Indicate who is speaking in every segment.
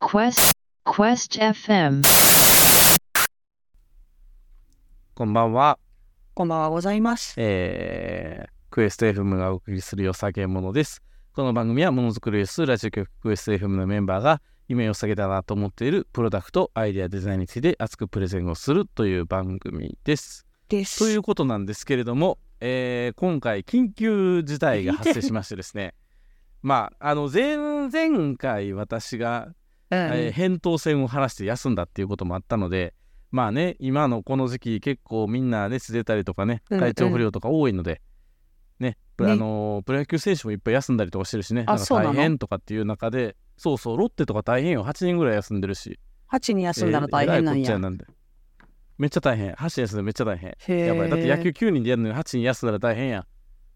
Speaker 1: Quest Quest FM
Speaker 2: こんばんは、
Speaker 3: こんばんはございます。
Speaker 2: えー、クエスト FM がお送りするよさげものです。この番組はものづくりをするラジオ局クエスト FM のメンバーが夢を下げたなと思っているプロダクト、アイデア、デザインについて熱くプレゼンをするという番組です。
Speaker 3: です。
Speaker 2: ということなんですけれども、えー今回緊急事態が発生しましてですね、まあ、あの前々回私が
Speaker 3: うん
Speaker 2: えー扁桃腺を晴らして休んだっていうこともあったのでまあね今のこの時期結構みんな熱出たりとかね
Speaker 3: うんうん
Speaker 2: 体調不良とか多いので、ねプ
Speaker 3: ね
Speaker 2: あのープロ野球選手もいっぱい休んだりとかしてるしね
Speaker 3: あ
Speaker 2: なんか
Speaker 3: そうな
Speaker 2: 大
Speaker 3: の
Speaker 2: 変とかっていう中でそうそうロッテとか大変よ8人ぐらい休んでるし
Speaker 3: 八に休んだら
Speaker 2: えー
Speaker 3: 大変な
Speaker 2: えらい
Speaker 3: ん
Speaker 2: こっちゃ
Speaker 3: や。
Speaker 2: なんでめっちゃ大変8人休んでめっちゃ大変
Speaker 3: へー
Speaker 2: やばいだって野球9人でやるのに8人休んだら大変やん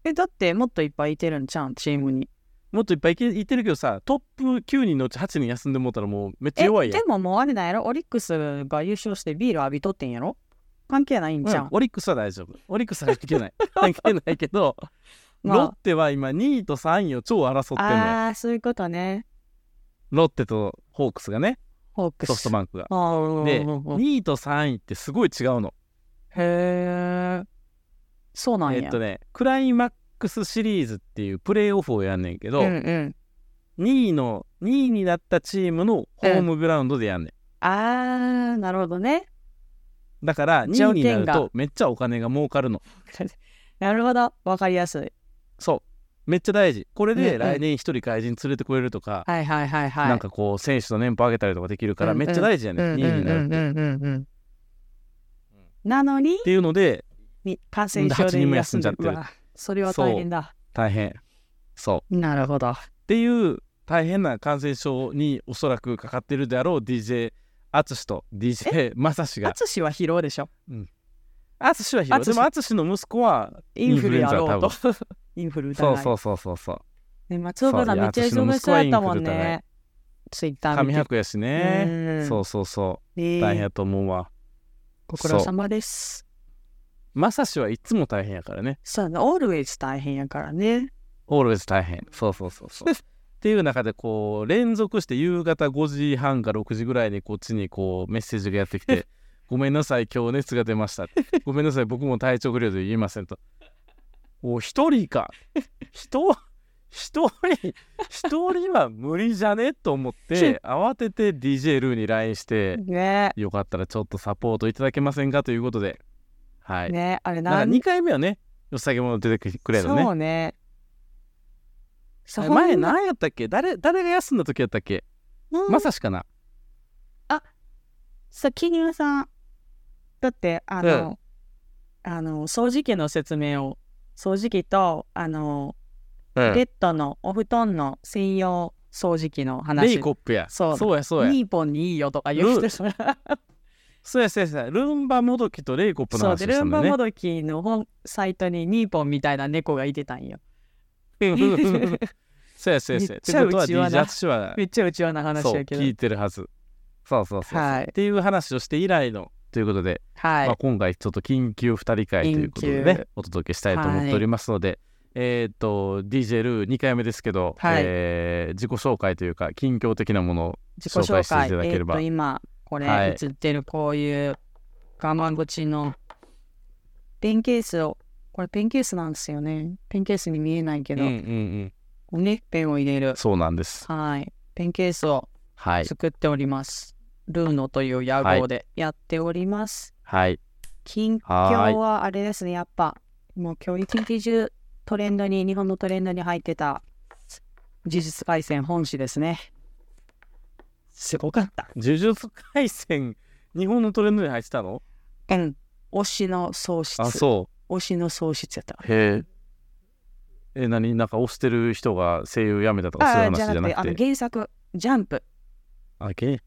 Speaker 3: えだってもっといっぱいいてるんちゃうんチームに。
Speaker 2: もっといっぱいいけいってるけどさトップ9人のうち8人休んでもうたらもうめっちゃ
Speaker 3: え
Speaker 2: 弱いやん
Speaker 3: でももうあれなんやろオリックスが優勝してビール浴びとってんやろ関係ないんちゃ
Speaker 2: うん
Speaker 3: う、
Speaker 2: オリックスは大丈夫。オリックスは関係 ない。関係ないけど、
Speaker 3: ま
Speaker 2: ロッテは今2位と3位を超争ってんね
Speaker 3: ああーそういうことね。
Speaker 2: ロッテとホークスがね、
Speaker 3: ホークス。
Speaker 2: ソフトバンクが。
Speaker 3: あー
Speaker 2: で、
Speaker 3: うんうんうん
Speaker 2: 2位と3位ってすごい違うの。
Speaker 3: へえ。そうなんや。
Speaker 2: えっとね、クライマックスシリーズっていうプレーオフをやんねんけど、
Speaker 3: うんうん。
Speaker 2: 2位の、2位になったチームのホームグラウンドでやんねん。
Speaker 3: ああなるほどね。
Speaker 2: だから2位になる
Speaker 3: 条件
Speaker 2: とめっちゃお金が儲かるの。
Speaker 3: なるほどわかりやすい。
Speaker 2: そう。めっちゃ大事。これ
Speaker 3: うん
Speaker 2: で
Speaker 3: うん
Speaker 2: 来年1人外人連れてくれるとか、
Speaker 3: はいはいはいはい。
Speaker 2: なんかこう選手の年俸上げたりとかできるから
Speaker 3: うんう
Speaker 2: め
Speaker 3: ん
Speaker 2: っちゃ大事や
Speaker 3: う
Speaker 2: ねん。
Speaker 3: んう
Speaker 2: 2
Speaker 3: んう
Speaker 2: 位になるって
Speaker 3: んうんうんうん。なのに
Speaker 2: っていうので
Speaker 3: に感染症
Speaker 2: 8
Speaker 3: で
Speaker 2: 人も休んじゃってる
Speaker 3: うわそれは大変だ
Speaker 2: 大変そう
Speaker 3: なるほど
Speaker 2: っていう大変な感染症におそらくかかってるであろう DJ 淳と DJ 正志が
Speaker 3: 淳は疲労でしょ
Speaker 2: 淳は広い
Speaker 3: 淳
Speaker 2: でも淳の息子は
Speaker 3: インフルやろう
Speaker 2: インフルエンザ
Speaker 3: とイ
Speaker 2: そ
Speaker 3: ンフル疑
Speaker 2: う
Speaker 3: い
Speaker 2: そうそうそうそう
Speaker 3: ね松尾がめっちゃ忙しそうやったもん
Speaker 2: そういや
Speaker 3: ねツイッタ
Speaker 2: 上
Speaker 3: ー見て
Speaker 2: 白やしね
Speaker 3: うん
Speaker 2: そうそうそう
Speaker 3: ね
Speaker 2: 大変やと思うわ
Speaker 3: ご苦労様です
Speaker 2: 正志はいつも大変やからね
Speaker 3: そうやなオールウェイズ大変やからね
Speaker 2: オールウェイズ大変そうそうそう そうっていう中でこう連続して夕方5時半か6時ぐらいにこっちにこうメッセージがやってきて 「ごめんなさい今日熱が出ました」 「ごめんなさい僕も体調不良で言えません」と「お一人 か人一人一人は無理じゃね?」と思 って慌てて DJ ルーに LINE して
Speaker 3: ね
Speaker 2: 「よかったらちょっとサポートいただけませんか?」ということではい、
Speaker 3: ねあれ
Speaker 2: なんか
Speaker 3: 何
Speaker 2: 2回目はねよさげもの出てくれるのね
Speaker 3: そうねそう
Speaker 2: え
Speaker 3: ほんま
Speaker 2: 前何やったっけ誰誰が休んだ時やったっけ
Speaker 3: うん
Speaker 2: まさしかな
Speaker 3: さ桐生さんだってあの、あの掃除機の説明を掃除機とあの、ベ
Speaker 2: レ
Speaker 3: ッドのお布団の専用掃除機の話
Speaker 2: レイコップや
Speaker 3: そう
Speaker 2: そうやそうや
Speaker 3: ニーポンにいいよとか言う人 そ
Speaker 2: そうやそうやそうやルンバもどきとレイコップの
Speaker 3: う
Speaker 2: 話
Speaker 3: で
Speaker 2: をし
Speaker 3: ル
Speaker 2: た
Speaker 3: ン
Speaker 2: んだ
Speaker 3: バ
Speaker 2: よね
Speaker 3: もどきの本サイトにニーポンみたいな猫がいてたんよ
Speaker 2: そうやそうやそうや
Speaker 3: め
Speaker 2: っ
Speaker 3: ってちゃ
Speaker 2: ことは
Speaker 3: うちわ
Speaker 2: DJ
Speaker 3: な
Speaker 2: アツシは
Speaker 3: めっちゃうちわな話
Speaker 2: そう
Speaker 3: やけど
Speaker 2: 聞いてるはずそうそうそうそう、
Speaker 3: はい
Speaker 2: っていう話をして以来のということで、
Speaker 3: はい、
Speaker 2: まあ、今回ちょっと緊急2人会ということで
Speaker 3: 緊
Speaker 2: ね
Speaker 3: 急
Speaker 2: お届けしたいと思っておりますので、えっ、と DJ ルー2回目ですけど、
Speaker 3: はい
Speaker 2: えー自己紹介というか近況的なものを
Speaker 3: 自己紹
Speaker 2: 紹介
Speaker 3: 介
Speaker 2: していただければ
Speaker 3: えーと今これ
Speaker 2: はい
Speaker 3: 映ってるこういう我慢口のペンケースをこれペンケースなんですよねペンケースに見えないけど、
Speaker 2: うんうんうん
Speaker 3: こうねペンを入れる
Speaker 2: そうなんです
Speaker 3: はいペンケースを
Speaker 2: はい
Speaker 3: 作っております、ルーノという屋号でやっております、
Speaker 2: はい
Speaker 3: 近
Speaker 2: はーい
Speaker 3: 況はあれですねやっぱもう今日一日中トレンドに日本のトレンドに入ってた事実回戦本誌ですねすごかった
Speaker 2: 呪術廻戦日本のトレンドに入ってたの
Speaker 3: うん推しの喪失
Speaker 2: あそ
Speaker 3: 推しの喪失やった
Speaker 2: うへええ何なんか推してる人が声優辞めたとかそういう
Speaker 3: ー
Speaker 2: 話じゃな
Speaker 3: あの
Speaker 2: くて
Speaker 3: 原作ジャンプ
Speaker 2: あけ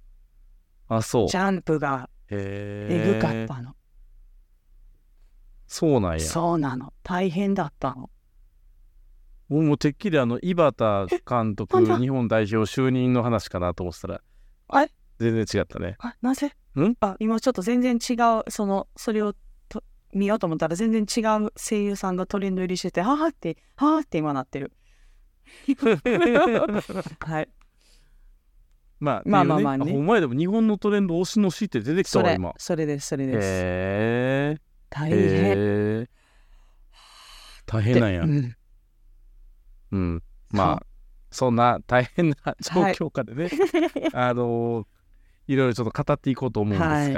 Speaker 2: あそう
Speaker 3: ジャンプが
Speaker 2: へ
Speaker 3: え
Speaker 2: え
Speaker 3: ぐかったの、
Speaker 2: そうなんや
Speaker 3: そうなの大変だったの
Speaker 2: 僕もてっきりあの井端監督
Speaker 3: えほんと
Speaker 2: 日本代表就任の話かなと思ってたら
Speaker 3: あれ
Speaker 2: 全然違った ね
Speaker 3: あなぜ
Speaker 2: ん
Speaker 3: あ今ちょっと全然違うそのそれをと見ようと思ったら全然違う声優さんがトレンド入りしててははってははって今なってるはい
Speaker 2: まあ、
Speaker 3: まあまあまあね
Speaker 2: っていうほんまやでも日本のトレンド推しのしって出てきた
Speaker 3: そ
Speaker 2: わ
Speaker 3: れ
Speaker 2: 今。
Speaker 3: それですそれです、
Speaker 2: へえ。
Speaker 3: 大変
Speaker 2: へえ。大
Speaker 3: で
Speaker 2: 変なんや
Speaker 3: う。ん
Speaker 2: うん。まあそんな大変な状況下でね、あのーいろいろちょっと語っていこうと思うんですが、
Speaker 3: はい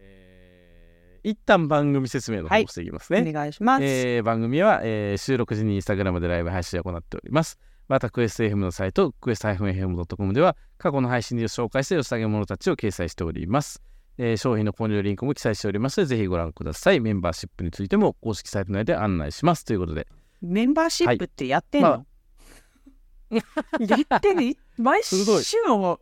Speaker 2: えー一旦番組説明の方をしていきますね。
Speaker 3: お願いします、
Speaker 2: えー番組は、えー収録時にインスタグラムでライブ配信を行っております。また、クエスト FM のサイト、クエスト -FM.com では、過去の配信で紹介した良さげ者たちを掲載しております。えー商品の購入リンクも記載しておりますので、ぜひご覧ください。メンバーシップについても公式サイト内で案内します。ということで、
Speaker 3: メンバーシップってやってんの、
Speaker 2: はい
Speaker 3: やってね毎週
Speaker 2: 鋭い
Speaker 3: も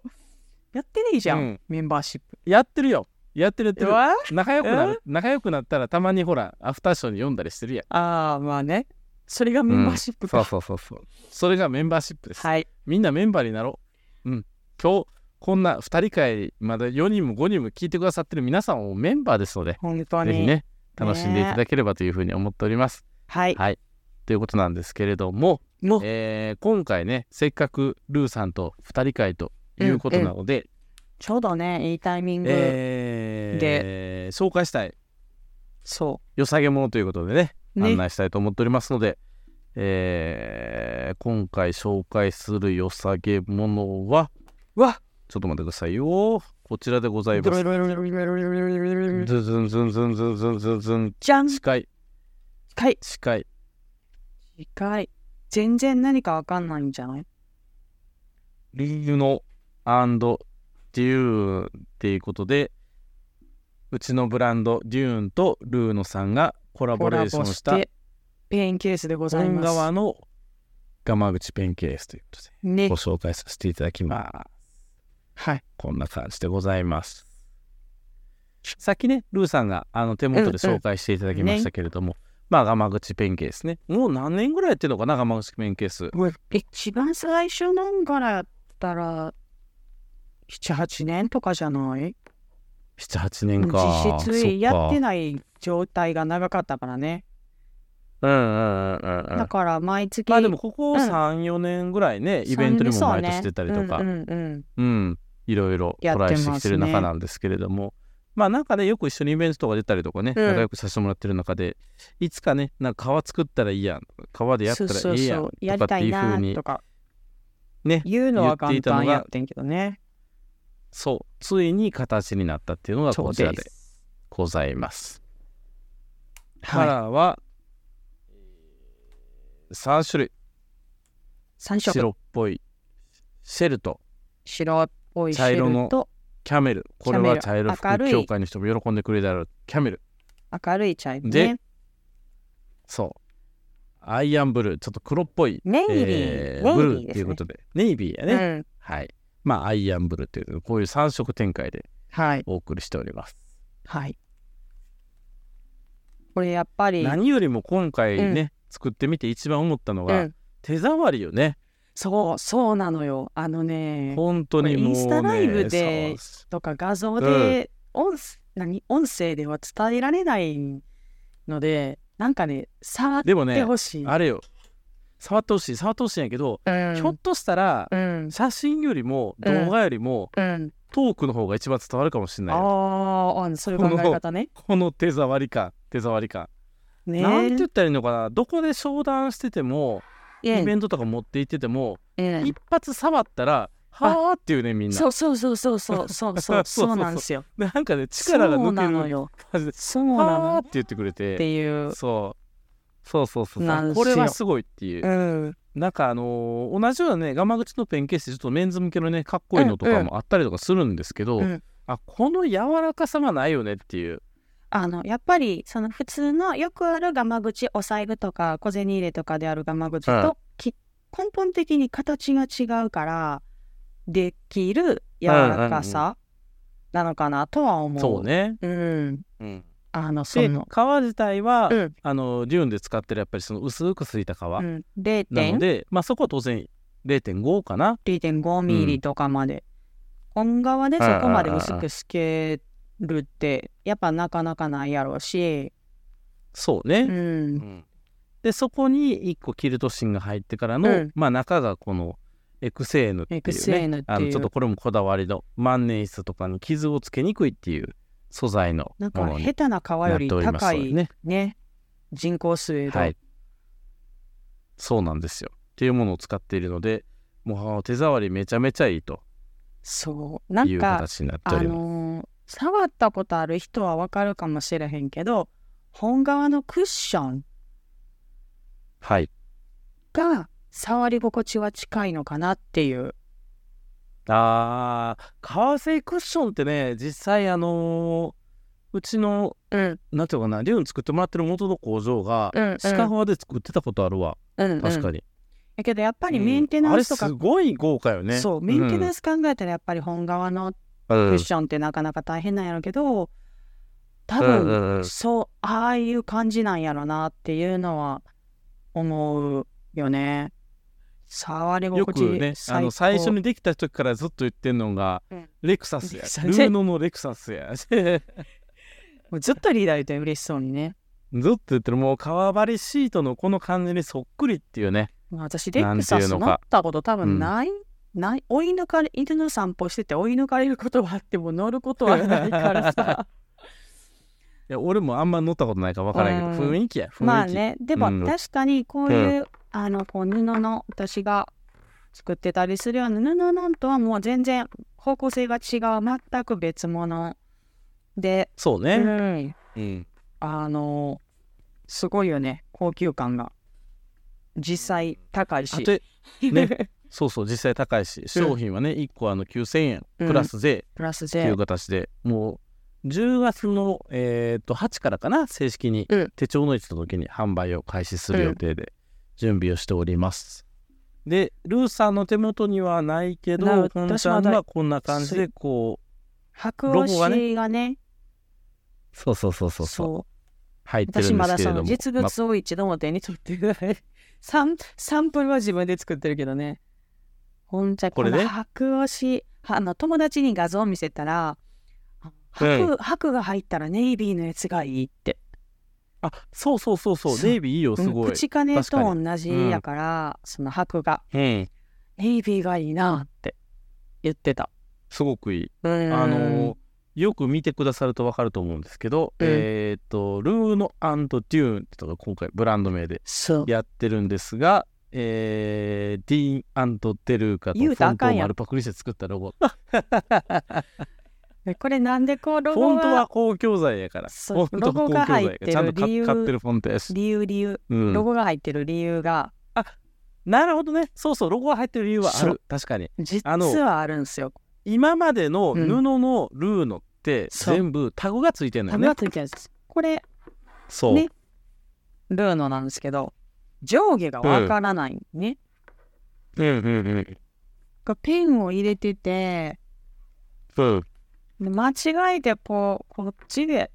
Speaker 3: やってねえじゃん、
Speaker 2: うん
Speaker 3: メンバーシップ
Speaker 2: やってるよ。やってるやって
Speaker 3: う
Speaker 2: る。
Speaker 3: わ
Speaker 2: 仲良くなる、仲良くなったら、たまにほら、アフターショーに読んだりしてるやん。
Speaker 3: ああまあねそれがメンバーシップか、
Speaker 2: そうそうそうそう。それがメンバーシップです。
Speaker 3: はい
Speaker 2: みんなメンバーになろう。うん。今日、こんな2人会、まだ4人も5人も聞いてくださってる皆さんもメンバーですので、
Speaker 3: 本当
Speaker 2: ぜ
Speaker 3: に
Speaker 2: ひね、楽しんでいただければというふうに思っております。
Speaker 3: はい、
Speaker 2: はい。ということなんですけれども、
Speaker 3: もう
Speaker 2: えー今回ね、せっかくルーさんと2人会ということなので、
Speaker 3: ちょうどねいいタイミング、
Speaker 2: えー紹介したい
Speaker 3: そ
Speaker 2: 良さげものということでね、
Speaker 3: うね
Speaker 2: 案内したいと思っておりますので、えー今回紹介する良さげものは、
Speaker 3: わ
Speaker 2: ちょっと待ってくださいよ。こちらでございます。ズンズンズンズンズンズンズンズン。
Speaker 3: じゃん
Speaker 2: 近い、
Speaker 3: 近い
Speaker 2: 近い。
Speaker 3: 近い全然何かわかんないんじゃない
Speaker 2: リノデューンっていうことで、うちのブランド、デューンとルーノさんがコラボ
Speaker 3: コ
Speaker 2: レ
Speaker 3: ラ
Speaker 2: ーショ
Speaker 3: ボ
Speaker 2: ンし、
Speaker 3: したてペインケースでござい
Speaker 2: 本
Speaker 3: ます
Speaker 2: 側のガマ口ペンケースということで。
Speaker 3: ね
Speaker 2: ご紹介させていただきます。はい。こんな感じでございます。さっきね、ルーさんがあの手元で紹介していただきましたけれども、まあ、ガマ口ペンケースね。もう何年ぐらいやってるのかな、ガマ口ペンケース。
Speaker 3: 一番最初なんからやったら78年とかじゃない
Speaker 2: 7、8年か。
Speaker 3: 実質やって
Speaker 2: い。
Speaker 3: ない状態が長かったからね
Speaker 2: うんうんうんうんう
Speaker 3: だ
Speaker 2: ん。
Speaker 3: から毎月
Speaker 2: まあでもここ
Speaker 3: うん
Speaker 2: 3、4年ぐらいね、イベントにも毎年出たりとか
Speaker 3: う、んうんうん
Speaker 2: うん、いろいろ
Speaker 3: やっ
Speaker 2: ト
Speaker 3: てま
Speaker 2: ラ
Speaker 3: す
Speaker 2: イ
Speaker 3: ね
Speaker 2: してきてる中なんですけれども、まあなんかね、よく一緒にイベントとか出たりとかね、
Speaker 3: うん
Speaker 2: 仲良くさせてもらってる中で、いつかね、なんか川作ったらいいやん、川でやった
Speaker 3: そうそ
Speaker 2: らいういやん
Speaker 3: そう
Speaker 2: と
Speaker 3: やり
Speaker 2: かったて
Speaker 3: い
Speaker 2: いう風
Speaker 3: な
Speaker 2: に
Speaker 3: とか
Speaker 2: ね、
Speaker 3: 言うのは
Speaker 2: 言って
Speaker 3: 簡
Speaker 2: いたのが
Speaker 3: 単やってんけどね
Speaker 2: そう、ついに形になったっていうのが
Speaker 3: そ
Speaker 2: こ
Speaker 3: う
Speaker 2: ちらで
Speaker 3: です
Speaker 2: ございます。カ
Speaker 3: はい
Speaker 2: ラーは3種類、
Speaker 3: 三色
Speaker 2: 白っぽいシェルと
Speaker 3: 白っぽいシ
Speaker 2: 茶色
Speaker 3: ェ
Speaker 2: の
Speaker 3: ルと
Speaker 2: キャメル、これは茶色
Speaker 3: キャ
Speaker 2: 副
Speaker 3: メル
Speaker 2: 協会の人も喜んでくれるだろう、キャメル。
Speaker 3: 明るい茶色
Speaker 2: で
Speaker 3: ね
Speaker 2: そう。アイアンブルー、ちょっと黒っぽい、
Speaker 3: ネイビー
Speaker 2: え
Speaker 3: ネイビー
Speaker 2: ブルー
Speaker 3: ですね
Speaker 2: っていうことで、ネイビーやね。
Speaker 3: うん
Speaker 2: はい。まあ、アイアンブルーっていう、こういう3色展開で
Speaker 3: はい
Speaker 2: お送りしております。
Speaker 3: はいこれやっぱり
Speaker 2: 何よりも今回ね、作ってみて一番思ったのが、
Speaker 3: うん
Speaker 2: 手触りよね。
Speaker 3: そうそうなのよあのね
Speaker 2: 本当にもう、ね、
Speaker 3: これインスタライブで
Speaker 2: そう
Speaker 3: とか画像で音,、何音声では伝えられないのでなんかね触っ
Speaker 2: でもね
Speaker 3: て、ほしい、
Speaker 2: あれよ、触ってほしい、触ってほしいんやけど、
Speaker 3: うん
Speaker 2: ひょっとしたら、
Speaker 3: うん
Speaker 2: 写真よりも
Speaker 3: うん
Speaker 2: 動画よりも、
Speaker 3: うん、
Speaker 2: トークの方が一番伝わるかもしれないよ。
Speaker 3: あーあそういう考え方ね。
Speaker 2: この手触り感、手触り感。
Speaker 3: ね
Speaker 2: なんて言ったらいいのかなどこで商談しててもイベントとか持って行ってても
Speaker 3: ええ
Speaker 2: 一発触ったらはーっていうねみんな
Speaker 3: そうそうそうそうそうそう そうそうなんですよ。
Speaker 2: なんかね力が
Speaker 3: そうな
Speaker 2: 抜
Speaker 3: の
Speaker 2: ける
Speaker 3: よ。
Speaker 2: 感じで
Speaker 3: そうな
Speaker 2: はー
Speaker 3: の
Speaker 2: っ
Speaker 3: って
Speaker 2: 言ってくれて
Speaker 3: ていう。
Speaker 2: そうそうそうそう
Speaker 3: な
Speaker 2: そ
Speaker 3: ん
Speaker 2: う
Speaker 3: ですよ、
Speaker 2: これはすごいっていううんなんかあのー同じようなねガマ口のペンケースでちょっとメンズ向けのねかっこいいのと
Speaker 3: うん
Speaker 2: か
Speaker 3: うん
Speaker 2: もあったりとかするんですけど
Speaker 3: うん
Speaker 2: あこの柔らかさはないよねっていう
Speaker 3: あのやっぱりその普通のよくあるガマ口お財布とか小銭入れとかであるガマ口
Speaker 2: うん
Speaker 3: とき、根本的に形が違うからできる柔らかさなのかなとは思う。
Speaker 2: そうね
Speaker 3: うん、
Speaker 2: うん
Speaker 3: あのそ
Speaker 2: で
Speaker 3: の、
Speaker 2: 皮自体は
Speaker 3: うん
Speaker 2: あのデューンで使ってるやっぱりその薄くすいた皮
Speaker 3: うん、0
Speaker 2: なの
Speaker 3: 点
Speaker 2: で、まあ、そこは当然0.5かな。
Speaker 3: 0.5ミリとかまで、本側でそこまで薄く透けるってやっぱなかなかないやろうし、
Speaker 2: そう
Speaker 3: う
Speaker 2: ね。
Speaker 3: ん、
Speaker 2: でそこに1個キルト芯が入ってからの、
Speaker 3: うん
Speaker 2: まあ、中がこのエクセーヌっていう、ね、
Speaker 3: エクセーヌっていう
Speaker 2: あのちょっとこれもこだわりの万年筆とかに傷をつけにくいっていう素材の
Speaker 3: なん
Speaker 2: も
Speaker 3: か
Speaker 2: のに
Speaker 3: 下手な川
Speaker 2: な
Speaker 3: よ
Speaker 2: っ
Speaker 3: り
Speaker 2: ております
Speaker 3: 高い
Speaker 2: ね
Speaker 3: ね。人口数へ
Speaker 2: はい。そうなんですよ。っていうものを使っているので、もうあの手触りめちゃめちゃいいと
Speaker 3: そうないん
Speaker 2: う
Speaker 3: か
Speaker 2: 形になってお
Speaker 3: あ
Speaker 2: ります。
Speaker 3: のー触ったことある人はわかるかもしれへんけど本革のクッション
Speaker 2: はい。
Speaker 3: が触り心地は近いのかなっていう
Speaker 2: あー革製クッションってね、実際あのーうちの、
Speaker 3: うん
Speaker 2: なんていうのかな、リュウに作ってもらってる元の工場が、
Speaker 3: うんうん
Speaker 2: シカファで作ってたことあるわ、
Speaker 3: 確
Speaker 2: 確かに。やっ
Speaker 3: やけどやっぱりメンテナンスとか、
Speaker 2: あれすごい豪華よね。
Speaker 3: そうメンテナン
Speaker 2: ス、
Speaker 3: ス考えたらやっぱり本革の
Speaker 2: うん
Speaker 3: クッションってなかなか大変なんやろうけど多
Speaker 2: うん
Speaker 3: 分
Speaker 2: うんうん
Speaker 3: そうああいう感じなんやろなっていうのは思うよね触り
Speaker 2: よ
Speaker 3: 心
Speaker 2: く
Speaker 3: 地
Speaker 2: ねあの最初
Speaker 3: に
Speaker 2: にできた時からずっと言ってんのが、
Speaker 3: うん
Speaker 2: レクサスや
Speaker 3: レ クサス
Speaker 2: ルーノのレクサスや ずっ
Speaker 3: ずっとリーダー言って嬉しそうにね
Speaker 2: と言ってるもう革張りシートのこの感じにそっくりっていうね
Speaker 3: 私レックサ
Speaker 2: なんてい
Speaker 3: ス
Speaker 2: うの
Speaker 3: 乗
Speaker 2: か
Speaker 3: ったこと多分ない、ない追い抜かれ犬の散歩してて追い抜かれることはあっても乗ることはないからさ
Speaker 2: いや俺もあんま乗ったことないから分からんけど、
Speaker 3: うん
Speaker 2: 雰囲 気や雰囲気、
Speaker 3: まあねでも
Speaker 2: うん
Speaker 3: 確かにこういう、あのこう布の私が作ってたりするような布なんとはもう全然方向性が違う全く別物で、
Speaker 2: そう
Speaker 3: う
Speaker 2: ね、
Speaker 3: ん、
Speaker 2: うん
Speaker 3: あのすごいよね高級感が実際高いし
Speaker 2: あ とねそうそう実際高いし商品はね1個あの9000円プラス税
Speaker 3: プラス
Speaker 2: ってい
Speaker 3: で
Speaker 2: う形で、もう10月の、えー、と8からかな正式に
Speaker 3: うん
Speaker 2: 手帳の位置の時に販売を開始する予定で準備をしております。でルーさんの手元にはないけ
Speaker 3: な
Speaker 2: ど本
Speaker 3: い
Speaker 2: ちゃん
Speaker 3: 私ま
Speaker 2: は
Speaker 3: だ
Speaker 2: こんな感じでこう
Speaker 3: 白
Speaker 2: ロ
Speaker 3: 押
Speaker 2: ゴがね
Speaker 3: しがね
Speaker 2: そうそうそうそうそう
Speaker 3: そう
Speaker 2: 入ってる
Speaker 3: 私
Speaker 2: んで
Speaker 3: ますだ
Speaker 2: けれ
Speaker 3: そ
Speaker 2: ど
Speaker 3: の
Speaker 2: も
Speaker 3: 実
Speaker 2: まあ
Speaker 3: 物を一度も手に取ってないサンサンプルは自分で作ってるけどねほんじゃ
Speaker 2: こ
Speaker 3: こ
Speaker 2: れ
Speaker 3: れ
Speaker 2: ね
Speaker 3: 白押しあの友達に画像を見せたら白,、
Speaker 2: う
Speaker 3: 白が入ったらネイビーのやつがいいって
Speaker 2: あそうそうそうそう
Speaker 3: そう
Speaker 2: ネイビーいいよすごい、
Speaker 3: 口金
Speaker 2: 確か
Speaker 3: と同じやからその白が
Speaker 2: うん、
Speaker 3: ネイビーがいいなって言ってた、
Speaker 2: すごくいい
Speaker 3: あ
Speaker 2: あのよく見てくださると分かると思うんですけど、
Speaker 3: うん
Speaker 2: えっ、とルーノデューンってとこ今回ブランド名で
Speaker 3: そう
Speaker 2: やってるんですが、えーディーンデルーカとフ
Speaker 3: 言うたら
Speaker 2: ォ
Speaker 3: あ
Speaker 2: ント
Speaker 3: か
Speaker 2: を
Speaker 3: んやん
Speaker 2: 丸パクリして作ったロゴ。
Speaker 3: でこれなんでこうロ
Speaker 2: フォ
Speaker 3: ゴ
Speaker 2: ントは
Speaker 3: が
Speaker 2: 公共財やから。フ
Speaker 3: そ
Speaker 2: ォ
Speaker 3: う
Speaker 2: ントは公共財や
Speaker 3: ロゴが入っ
Speaker 2: から。
Speaker 3: てる
Speaker 2: ちゃんと
Speaker 3: 理
Speaker 2: 買
Speaker 3: 由
Speaker 2: 買ってるフォントやし。
Speaker 3: 理由理由
Speaker 2: うん
Speaker 3: ロゴが入ってる理由が
Speaker 2: なるほどね。そうそう、ロゴが入ってる理由はあ
Speaker 3: そ
Speaker 2: る
Speaker 3: う。
Speaker 2: 確かに。
Speaker 3: 実
Speaker 2: あの
Speaker 3: はあるんですよ
Speaker 2: 今までの
Speaker 3: うん
Speaker 2: 布のルーノって
Speaker 3: そう
Speaker 2: 全部タグがついてるの
Speaker 3: タ
Speaker 2: よ
Speaker 3: グ
Speaker 2: ね
Speaker 3: が。ついてるんです。これ、
Speaker 2: そう。
Speaker 3: ねルーノなんですけど、上下がわからないね。
Speaker 2: うんうんうん
Speaker 3: こうペンを入れてて、
Speaker 2: うん。
Speaker 3: で間違えてこう、こっちで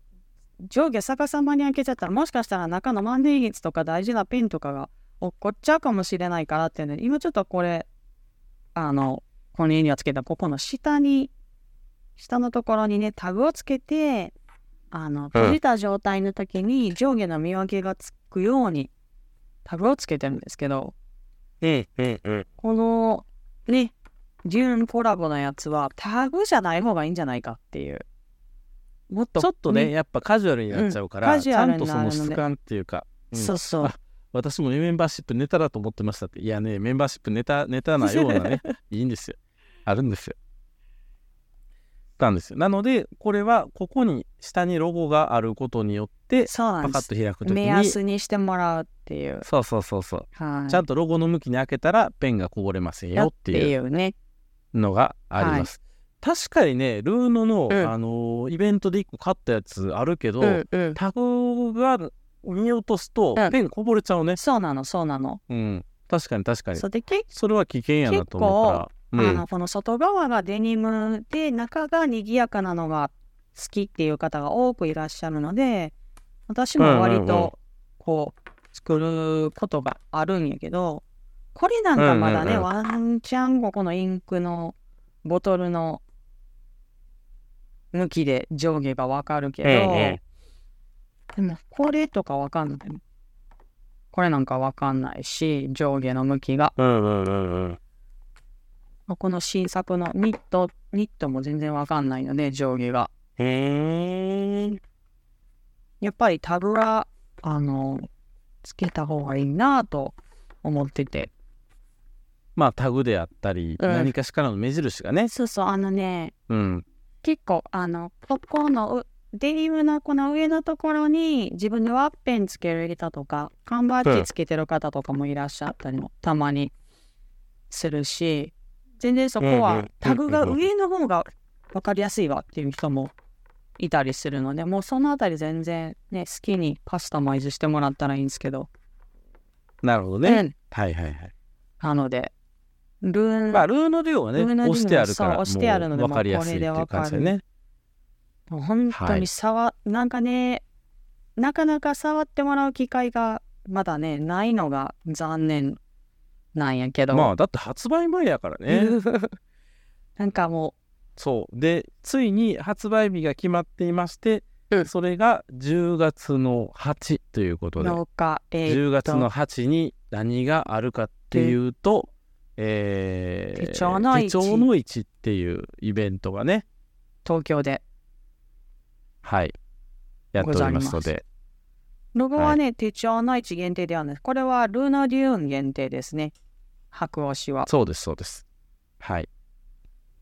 Speaker 3: 上下逆さまに開けちゃったら、もしかしたら中の万年筆とか大事なペンとかが落っこっちゃうかもしれないからっていうので、今ちょっとこれ、あの、この絵にはつけたここの下に、下のところにね、タグをつけて、あの、閉じた状態の時に上下の見分けがつくようにタグをつけてるんですけど、
Speaker 2: うんうんうん。
Speaker 3: このね、デューンコラボのやつはタグじゃない方がいいんじゃないかっていう。もっと
Speaker 2: ちょっとね、、やっぱカジュアルになっちゃうから、
Speaker 3: うんカ
Speaker 2: ち
Speaker 3: ジュア
Speaker 2: ゃ
Speaker 3: ル
Speaker 2: ん
Speaker 3: に
Speaker 2: とそ
Speaker 3: なるの
Speaker 2: の
Speaker 3: で
Speaker 2: 質感っていうか。うん
Speaker 3: そうそう。
Speaker 2: あ私もメンバーシップネタだと思ってましたって。いやね、メンバーシップネタ、ネタなような ね、いいんですよ。あるんですよ。なんですよ。なので、これは、ここに、下にロゴがあることによって、
Speaker 3: そうな
Speaker 2: パ
Speaker 3: ん
Speaker 2: カ
Speaker 3: で
Speaker 2: ッ
Speaker 3: す。
Speaker 2: と開くとき
Speaker 3: 目
Speaker 2: に、
Speaker 3: 安にしてもらうっていう。
Speaker 2: そうそうそうそう、
Speaker 3: はい。
Speaker 2: ちゃんとロゴの向きに開けたら、ペンがこぼれませんよっていう
Speaker 3: うね。
Speaker 2: のがあります。確かにね、ルーノの、
Speaker 3: うん
Speaker 2: あのーイベントで1個買ったやつあるけど、
Speaker 3: うんうん。
Speaker 2: タグが見落とすと、
Speaker 3: うん
Speaker 2: ペンこぼれちゃうね。
Speaker 3: そうなの、そうなの。
Speaker 2: うん。確かに確かに
Speaker 3: そ。うで結
Speaker 2: それは危険やなと思うから。
Speaker 3: あのこの外側がデニムで中が賑やかなのが好きっていう方が多くいらっしゃるので私も割
Speaker 2: うんうんうん
Speaker 3: とこう作ることがあるんやけどこれなんかまだ
Speaker 2: う
Speaker 3: ね、
Speaker 2: んうん
Speaker 3: ワンチャンここのインクのボトルの向きで上下がわかるけど、
Speaker 2: え
Speaker 3: でもこれとかわかんないこれなんかわかんないし上下の向きが
Speaker 2: うんうんうんうん。
Speaker 3: まあこの新作のニット、ニットも全然わかんないので、上下が。
Speaker 4: へえ。
Speaker 3: やっぱりタグは、あの、つけた方がいいなぁと思ってて。
Speaker 2: まあタグであったり、
Speaker 3: うん
Speaker 2: 何かしからの目印がね、
Speaker 3: そうそう、あのね、
Speaker 2: うん、
Speaker 3: 結構、あの、ここのうデニムのこの上のところに自分でワッペンつける人とか、缶バッジつけてる方とかもいらっしゃったりもたまにするし、全然そこ
Speaker 4: うんう
Speaker 3: は
Speaker 4: ん
Speaker 3: タグが上の方が分かりやすいわっていう人もいたりするので、もうそのあたり全然ね、好きにカスタマイズしてもらったらいいんですけど。
Speaker 2: なるほどね、
Speaker 3: うん
Speaker 2: はいはいはい
Speaker 3: なので、ルーン、
Speaker 2: まあルーの量はね
Speaker 3: ルーの量
Speaker 2: 押してあるから
Speaker 3: そう押してあるので
Speaker 2: もう分かりやすいっていう感じだよね
Speaker 3: もう本当
Speaker 2: はい
Speaker 3: に触、なんかね、なかなか触ってもらう機会がまだね、ないのが残念なんやけど、
Speaker 2: まあだって発売前やから ね
Speaker 3: なんかも
Speaker 2: そうでついに発売日が決まっていまして、
Speaker 3: うん
Speaker 2: それが10月の8ということ
Speaker 3: う、
Speaker 2: で
Speaker 3: 農家、えー
Speaker 2: 10月の8に何があるかっていうと、えー
Speaker 3: 手帳の市
Speaker 2: 手帳の市っていうイベントがね、
Speaker 3: 東京で。
Speaker 2: はい、やっておりますの
Speaker 3: ござい
Speaker 2: で、
Speaker 3: ロゴはね、手帳の位置限定ではない。これはルーナデューン限定ですね。白押しは。
Speaker 2: そうです、そうです。はい、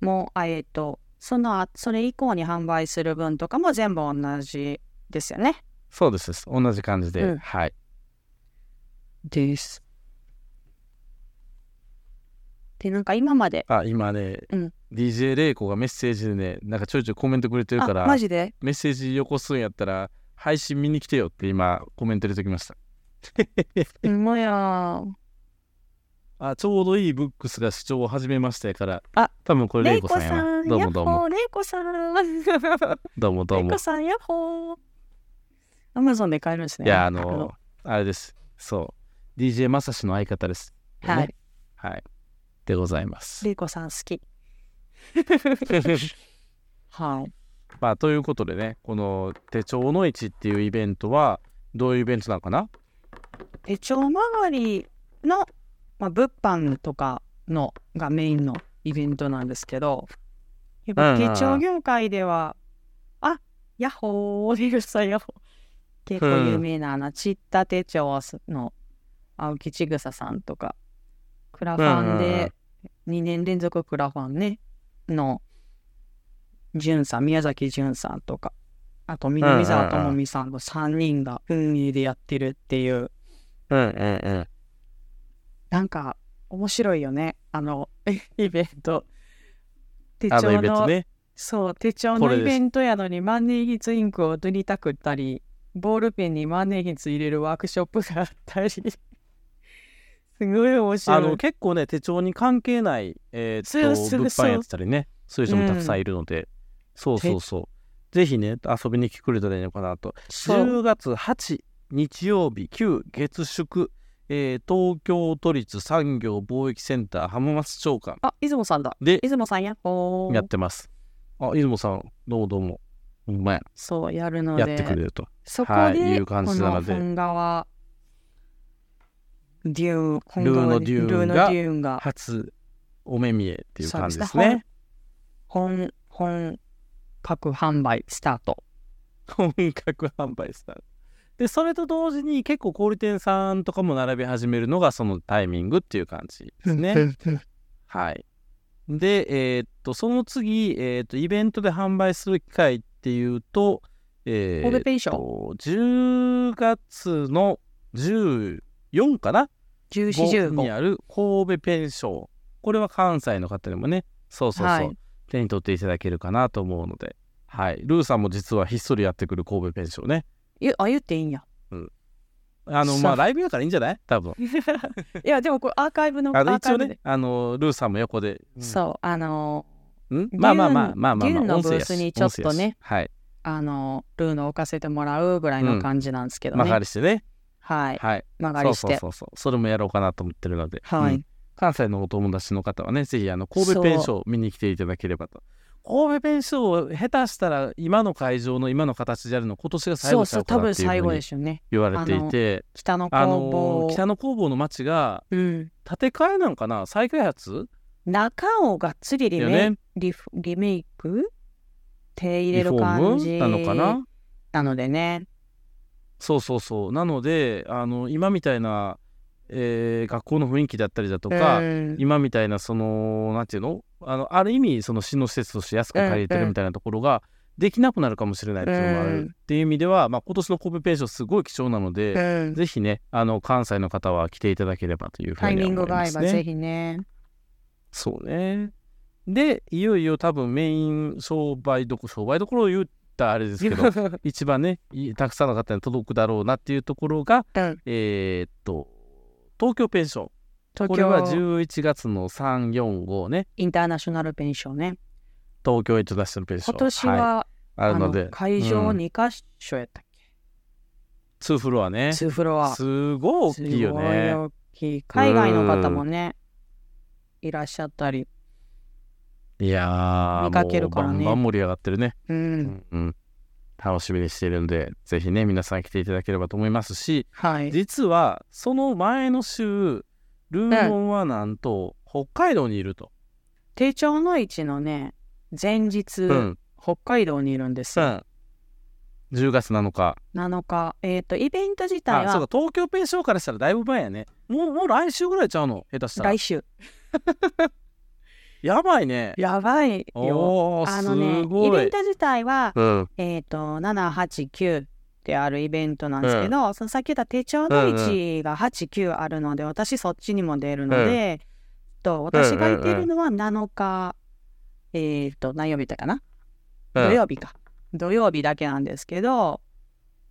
Speaker 3: もう、あえっと、そのあ、それ以降に販売する分とかも全部同じですよね。
Speaker 2: そうです、そうです同じ感じで、
Speaker 3: うん
Speaker 2: はい。
Speaker 3: です。で、なんか今まで。
Speaker 2: あ、今ね、
Speaker 3: うん
Speaker 2: DJ レイコがメッセージでね、なんかちょいちょいコメントくれてるか
Speaker 3: あ、
Speaker 2: ら、
Speaker 3: マジで
Speaker 2: メッセージよこすんやったら、配信見に来てよって今、コメント入れてきました。
Speaker 3: うんまやー
Speaker 2: あ、ちょうどいいブックスが視聴を始めましたやから、
Speaker 3: あ
Speaker 2: 多分これ
Speaker 3: レ
Speaker 2: レ
Speaker 3: イ
Speaker 2: イ
Speaker 3: コ
Speaker 2: コ
Speaker 3: さ
Speaker 2: さんやな。
Speaker 3: ん、
Speaker 2: どう
Speaker 3: やっ
Speaker 2: も
Speaker 3: ほ
Speaker 2: どうも、
Speaker 3: ー、レイコさん。レ
Speaker 2: どうもどう
Speaker 3: イ
Speaker 2: も
Speaker 3: コ。さん、やっほー。アマゾンで買えるんですね。
Speaker 2: いや、あ
Speaker 3: あの
Speaker 2: の、あれです。そう。DJ まさしの相方です。
Speaker 3: は
Speaker 2: ね
Speaker 3: い。
Speaker 2: はい。でございます。
Speaker 3: レイコさん好き。はい。
Speaker 2: まあ、ということでね、この手帳の市っていうイベントは、どういうイベントなのかな
Speaker 3: 手帳周りの、まあ、物販とかのがメインのイベントなんですけど、やっぱ
Speaker 2: うんうん
Speaker 3: 手帳業界では、あヤッホー、レイコさん、ヤッホー。結構有名な、あの、ちった手帳の青木千草さんとか、クラファン
Speaker 2: うんうんうん
Speaker 3: で、2年連続クラファンね、の、んさん、宮崎んさんとか、あと南沢智美さんの3人が運営でやってるっていう、
Speaker 4: うんうんうん。
Speaker 3: なんか面白いよねあの イベント手
Speaker 2: あ
Speaker 3: 帳
Speaker 2: の
Speaker 3: の
Speaker 2: イベントね。
Speaker 3: そう手帳
Speaker 2: こ
Speaker 3: の
Speaker 2: れ
Speaker 3: イ
Speaker 2: です
Speaker 3: ベントやのに万年筆インクを塗りたくったりボールペンに万年筆入れるワークショップがあったり すごい面白い
Speaker 2: あの結構ね、手帳に関係ない、えーっ
Speaker 3: そう
Speaker 2: と
Speaker 3: そうそう
Speaker 2: 物販やってたりね、そういう人もたくさんいるので、そうそうそう。ぜひね、遊びに来てくれたらいいのかなと。
Speaker 3: そう
Speaker 2: 10月8日曜日9月祝、えー東京都立産業貿易センター浜松町館
Speaker 3: あ出雲さんだ
Speaker 2: で
Speaker 3: 出雲さんやっほー
Speaker 2: やってます。あ、出雲さん、どうもどうも。ほんまや
Speaker 3: そうやるので
Speaker 2: やってくれると。
Speaker 3: そこで、
Speaker 2: はいいう感じなので
Speaker 3: この本川デューン
Speaker 2: ルーのデューンが
Speaker 3: ルーのデューンが
Speaker 2: 初お目見えっていう感じです
Speaker 3: そう
Speaker 2: ね。
Speaker 3: 本本格販売スタート
Speaker 2: 本格販売した。で、それと同時に結構小売店さんとかも並び始めるのがそのタイミングっていう感じ ですね。はい。で、えーっと、その次、えーっと、イベントで販売する機会っていうと、え
Speaker 3: 神戸ペ
Speaker 2: ー
Speaker 3: イ
Speaker 2: っ
Speaker 3: ショ
Speaker 2: と、10月の14かな
Speaker 3: 1415
Speaker 2: 15にある神戸ペンション。これは関西の方にもね、そうそうそう、
Speaker 3: はい
Speaker 2: 手に取っていただけるかなと思うので、はい。ルーさんも実はひっそりやってくる神戸ペンションね。
Speaker 3: ゆあ言っていいんや
Speaker 2: あの、
Speaker 3: さ
Speaker 2: まあ、ライブやからいいんじゃない多分。
Speaker 3: いやでもこれアーカイブの
Speaker 2: あ
Speaker 3: ア
Speaker 2: の
Speaker 3: ー
Speaker 2: 一
Speaker 3: カイ
Speaker 2: 応
Speaker 3: ブで、
Speaker 2: ね、あの、ルーさんも横で。
Speaker 3: そうあの
Speaker 2: うんまあまあまあ
Speaker 3: 牛
Speaker 2: まあまあまあ、
Speaker 3: 牛の
Speaker 2: 音声やし
Speaker 3: ブースにちょっとね
Speaker 2: 音声やしはい。
Speaker 3: あのルーの置かせてもらうぐらいの感じなんですけどね、
Speaker 2: 曲がりしてね。
Speaker 3: はい
Speaker 2: はい。
Speaker 3: 曲がりして
Speaker 2: そうそうそうそう。それもやろうかなと思ってるので。
Speaker 3: はい、
Speaker 2: うん関西のお友達の方はね、ぜひあの神戸ペンションを見に来ていただければと。神戸ペンションを下手したら今の会場の今の形であるの今年が最
Speaker 3: そ
Speaker 2: 後
Speaker 3: う
Speaker 2: ちゃ
Speaker 3: そうう
Speaker 2: か
Speaker 3: 多
Speaker 2: な
Speaker 3: 分
Speaker 2: ってい
Speaker 3: 最
Speaker 2: うふ
Speaker 3: 後
Speaker 2: う
Speaker 3: で
Speaker 2: に
Speaker 3: しょうね
Speaker 2: 言われていて、
Speaker 3: 北の工
Speaker 2: あのー
Speaker 3: 房、
Speaker 2: 北の工房の町が
Speaker 3: うん
Speaker 2: 建て替えなんかな再開発
Speaker 3: 中をがっつりリ
Speaker 2: よ
Speaker 3: メイ,、
Speaker 2: ね。
Speaker 3: リフリメイク手入
Speaker 2: リ
Speaker 3: れ
Speaker 2: フ
Speaker 3: る
Speaker 2: ォ
Speaker 3: 感
Speaker 2: ー
Speaker 3: じ
Speaker 2: ムなのかな
Speaker 3: なのでね。
Speaker 2: そうそうそう。なので、あの今みたいな、えー学校の雰囲気だったりだとか、
Speaker 3: うん
Speaker 2: 今みたいな、その、なんていうのあのある意味、その市の施設として安く借りれて
Speaker 3: うんう
Speaker 2: る
Speaker 3: ん
Speaker 2: みたいなところが、できなくなるかもしれないっていうのもあ
Speaker 3: うん
Speaker 2: るっていう意味では、まあ、今年の神戸ペンションすごい貴重なので、
Speaker 3: うん
Speaker 2: ぜひね、あの関西の方は来ていただければというふう
Speaker 3: タイ
Speaker 2: に
Speaker 3: ミン
Speaker 2: 思
Speaker 3: グ
Speaker 2: い
Speaker 3: が合
Speaker 2: ま
Speaker 3: え
Speaker 2: す
Speaker 3: ば
Speaker 2: ね。
Speaker 3: ぜひね。
Speaker 2: そうね。で、いよいよ多分メイン商売どこ商売どころを言ったらあれですけど、 一番ね、いたくさんの方に届くだろうなっていうところが、
Speaker 3: うん
Speaker 2: えーっと、東京ペンション。こ
Speaker 3: 東
Speaker 2: れは
Speaker 3: 京
Speaker 2: 11月の3、4、5ね、
Speaker 3: インターナショナルペンションね。
Speaker 2: 東京インターナショナルペンション。
Speaker 3: 今年
Speaker 2: い
Speaker 3: は、
Speaker 2: ある
Speaker 3: あ
Speaker 2: の
Speaker 3: の
Speaker 2: で、
Speaker 3: 会場
Speaker 2: うん
Speaker 3: 2か所やったっ
Speaker 2: 2フロアね
Speaker 3: け、。2フロア。
Speaker 2: すごい大きいよ
Speaker 3: す
Speaker 2: ね。
Speaker 3: ごい大きい海外の方もね、いらっしゃったり。
Speaker 2: いやー、
Speaker 3: 見かけるからね
Speaker 2: もうバンバン盛り上がってるね。
Speaker 3: うん。
Speaker 2: うん楽しみにしているんで、ぜひね、皆さん来ていただければと思いますし、
Speaker 3: はい。
Speaker 2: 実はその前の週ルーモンはなんと北海道にいると、
Speaker 3: 手帳の市のね、前日、
Speaker 2: うん
Speaker 3: 北海道にいるんですよ。
Speaker 2: 10月7日
Speaker 3: 7日。えっ、と、イベント自体
Speaker 2: あそう
Speaker 3: は
Speaker 2: か東京ペンションからしたらだいぶ前やねもうもう来週ぐらいちゃうの下手したら
Speaker 3: 来週。
Speaker 2: やばいね
Speaker 3: やばいよ。
Speaker 2: おー
Speaker 3: あ
Speaker 2: す
Speaker 3: のね、イ
Speaker 2: ご
Speaker 3: ベ
Speaker 2: い
Speaker 3: ント自体は、
Speaker 2: うん
Speaker 3: えっ、と、7、8、9ってあるイベントなんですけど、そのさっき言った手帳の市が8、9あるので、私そっちにも出るので、と私がいてるのは7日、えっ、と、何曜日だったかな、土曜日か。土曜日だけなんですけど、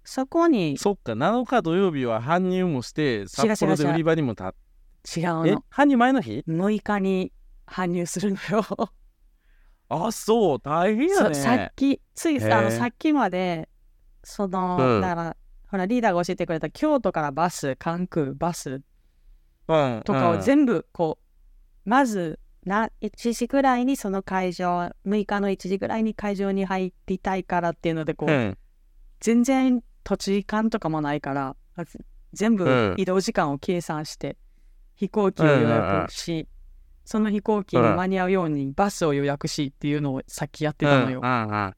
Speaker 3: そこに
Speaker 2: そっか7日土曜日は搬入もして
Speaker 3: 知ら
Speaker 2: 札
Speaker 3: 知
Speaker 2: 幌
Speaker 3: ら
Speaker 2: で売り場にも立っ
Speaker 3: 違う
Speaker 2: え
Speaker 3: の。
Speaker 2: 搬入前の日
Speaker 3: 6日に搬入するのよ。
Speaker 2: あそう大変や
Speaker 3: そ
Speaker 2: ね
Speaker 3: さっきつい
Speaker 2: へえ
Speaker 3: あのさっきまでその、
Speaker 2: うん
Speaker 3: だからほらリーダーが教えてくれた京都からバス関空バ
Speaker 2: う
Speaker 3: ス
Speaker 2: ん
Speaker 3: とか
Speaker 2: う
Speaker 3: を
Speaker 2: ん
Speaker 3: 全部こう、まずな1時ぐらいにその会場6日の1時ぐらいに会場に入りたいからっていうのでこ
Speaker 2: う
Speaker 3: う、
Speaker 2: ん
Speaker 3: 全然土地勘とかもないからあぜ全
Speaker 2: うん
Speaker 3: 部移動時間を計算して飛行機を予約し、その飛行機に間に合うようにバスを予約しっていうのをさっきやってたのよ。
Speaker 2: うんうんうん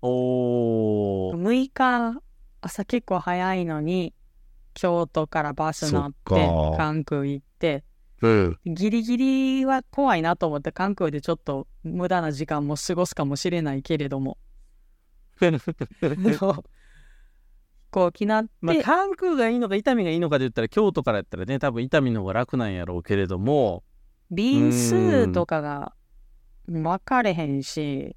Speaker 2: おー
Speaker 3: 6日朝結構早いのに京都からバス乗って
Speaker 2: そっか
Speaker 3: 関空行って
Speaker 2: うん
Speaker 3: ギリギリは怖いなと思って関空でちょっと無駄な時間も過ごすかもしれないけれどもあの飛行機なって、
Speaker 2: まあ、関空がいいのか伊丹がいいのかで言ったら京都からやったらね多分伊丹の方が楽なんやろうけれども
Speaker 3: 便数とかが分かれへんし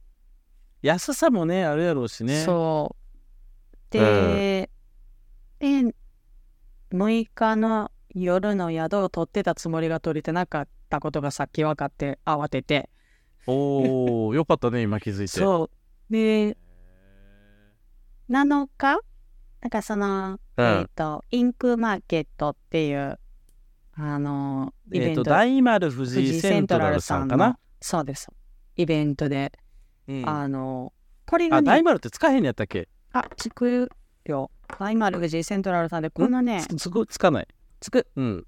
Speaker 2: 安さもねあるやろうしね
Speaker 3: そうで、で6日の夜の宿を取ってたつもりが取れてなかったことがさっき分かって慌てて
Speaker 2: おおよかったね今気づいて
Speaker 3: そうで7日なんかそ
Speaker 2: う
Speaker 3: の、
Speaker 2: ん
Speaker 3: えっ、とインクマーケットっていうあのイ
Speaker 2: え
Speaker 3: ベ
Speaker 2: っ
Speaker 3: ン
Speaker 2: と
Speaker 3: ト、
Speaker 2: 大丸藤
Speaker 3: 富
Speaker 2: 井
Speaker 3: 士
Speaker 2: セ
Speaker 3: セ
Speaker 2: ン
Speaker 3: ン
Speaker 2: ト
Speaker 3: ト
Speaker 2: ラ
Speaker 3: ラ
Speaker 2: ル
Speaker 3: ル
Speaker 2: さ
Speaker 3: さ
Speaker 2: ん
Speaker 3: ん
Speaker 2: か
Speaker 3: の
Speaker 2: な、
Speaker 3: そうですイベントで、
Speaker 2: うんあ
Speaker 3: あのこれがね
Speaker 2: 大丸って使えへんのやったっけ
Speaker 3: あ、つくよ。大丸富士セントラルさんで、このね
Speaker 2: つ、つくつかない
Speaker 3: つく、
Speaker 2: うん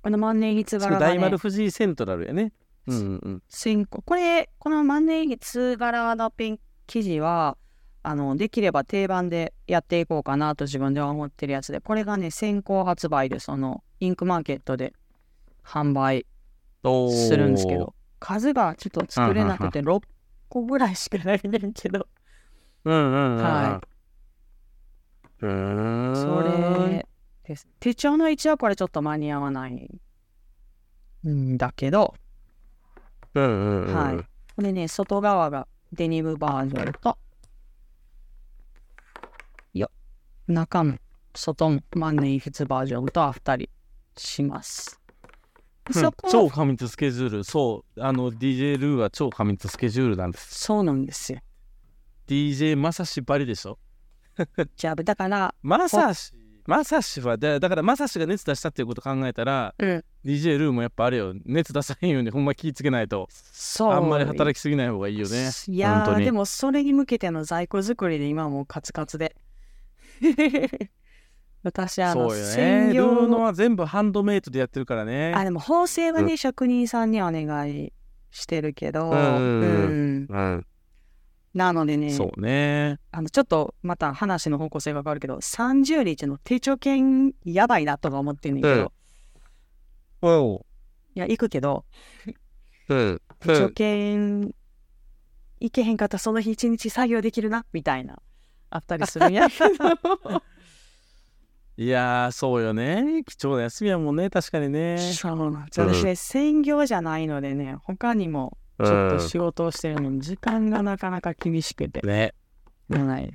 Speaker 3: この万年筆
Speaker 2: つ
Speaker 3: 柄
Speaker 2: く
Speaker 3: が
Speaker 2: 大丸
Speaker 3: ね、
Speaker 2: 藤井セントラルやねうんうん
Speaker 3: 新ここれ、この万年筆柄のペン生地は、あの、できれば定番でやっていこうかなと自分では思ってるやつで、これがね、先行発売で、その、インクマーケットで販売
Speaker 2: おー
Speaker 3: するんですけど、数がちょっと作れなくて、6個ぐらいしかないねんけど、
Speaker 2: うんうんうん
Speaker 3: は
Speaker 2: いうーん
Speaker 3: それです。手帳の位置はこれちょっと間に合わないんだけど、
Speaker 2: うんうんうん、
Speaker 3: はいこれね、外側がデニムバージョンと、いや、中も、外も万年筆バージョンとあ2人します。
Speaker 2: うん
Speaker 3: そこ、
Speaker 2: 超過密スケジュールそうあの DJ ルーは超過密スケジュールなんです
Speaker 3: そうなんですよ。
Speaker 2: DJ まさしばりでしょ
Speaker 3: じゃあ、だから、
Speaker 2: まさしまさしはだだからまさしが熱出したっていうこと考えたら、
Speaker 3: うん
Speaker 2: DJ ルーもやっぱあれよ熱出さへんようにほんま気ぃつけないと
Speaker 3: そう。
Speaker 2: あんまり働
Speaker 3: き
Speaker 2: きすぎない方がいいよね
Speaker 3: いや
Speaker 2: 本当
Speaker 3: ー、
Speaker 2: に
Speaker 3: でもそれに向けての在庫作りで今もうカツカツで。 私、あの、
Speaker 2: そうよね
Speaker 3: 専
Speaker 2: ル
Speaker 3: 業
Speaker 2: ーのは全部ハンドメイドでやってるからね
Speaker 3: あでも縫製はね、職人さんにお願いしてるけど、
Speaker 2: うんうんうん
Speaker 3: うん
Speaker 4: うん。
Speaker 3: なのでね
Speaker 2: そうね。
Speaker 3: あのちょっとまた話の方向性が変わるけど30日の手帳券やばいなとか思ってんねんけど、
Speaker 4: うん
Speaker 3: い
Speaker 2: お
Speaker 3: や行くけど
Speaker 4: うん。
Speaker 3: 手帳券行けへんかったらその日一日作業できるなみたいなあったりするんやけ ど
Speaker 2: いやー、そうよね。貴重な休みやもんね、確かにね。
Speaker 3: そうなんです私ね専業じゃないのでね他にもちょっと仕事をしてるのに時間がなかなか厳しくて、
Speaker 2: ね。
Speaker 3: はい、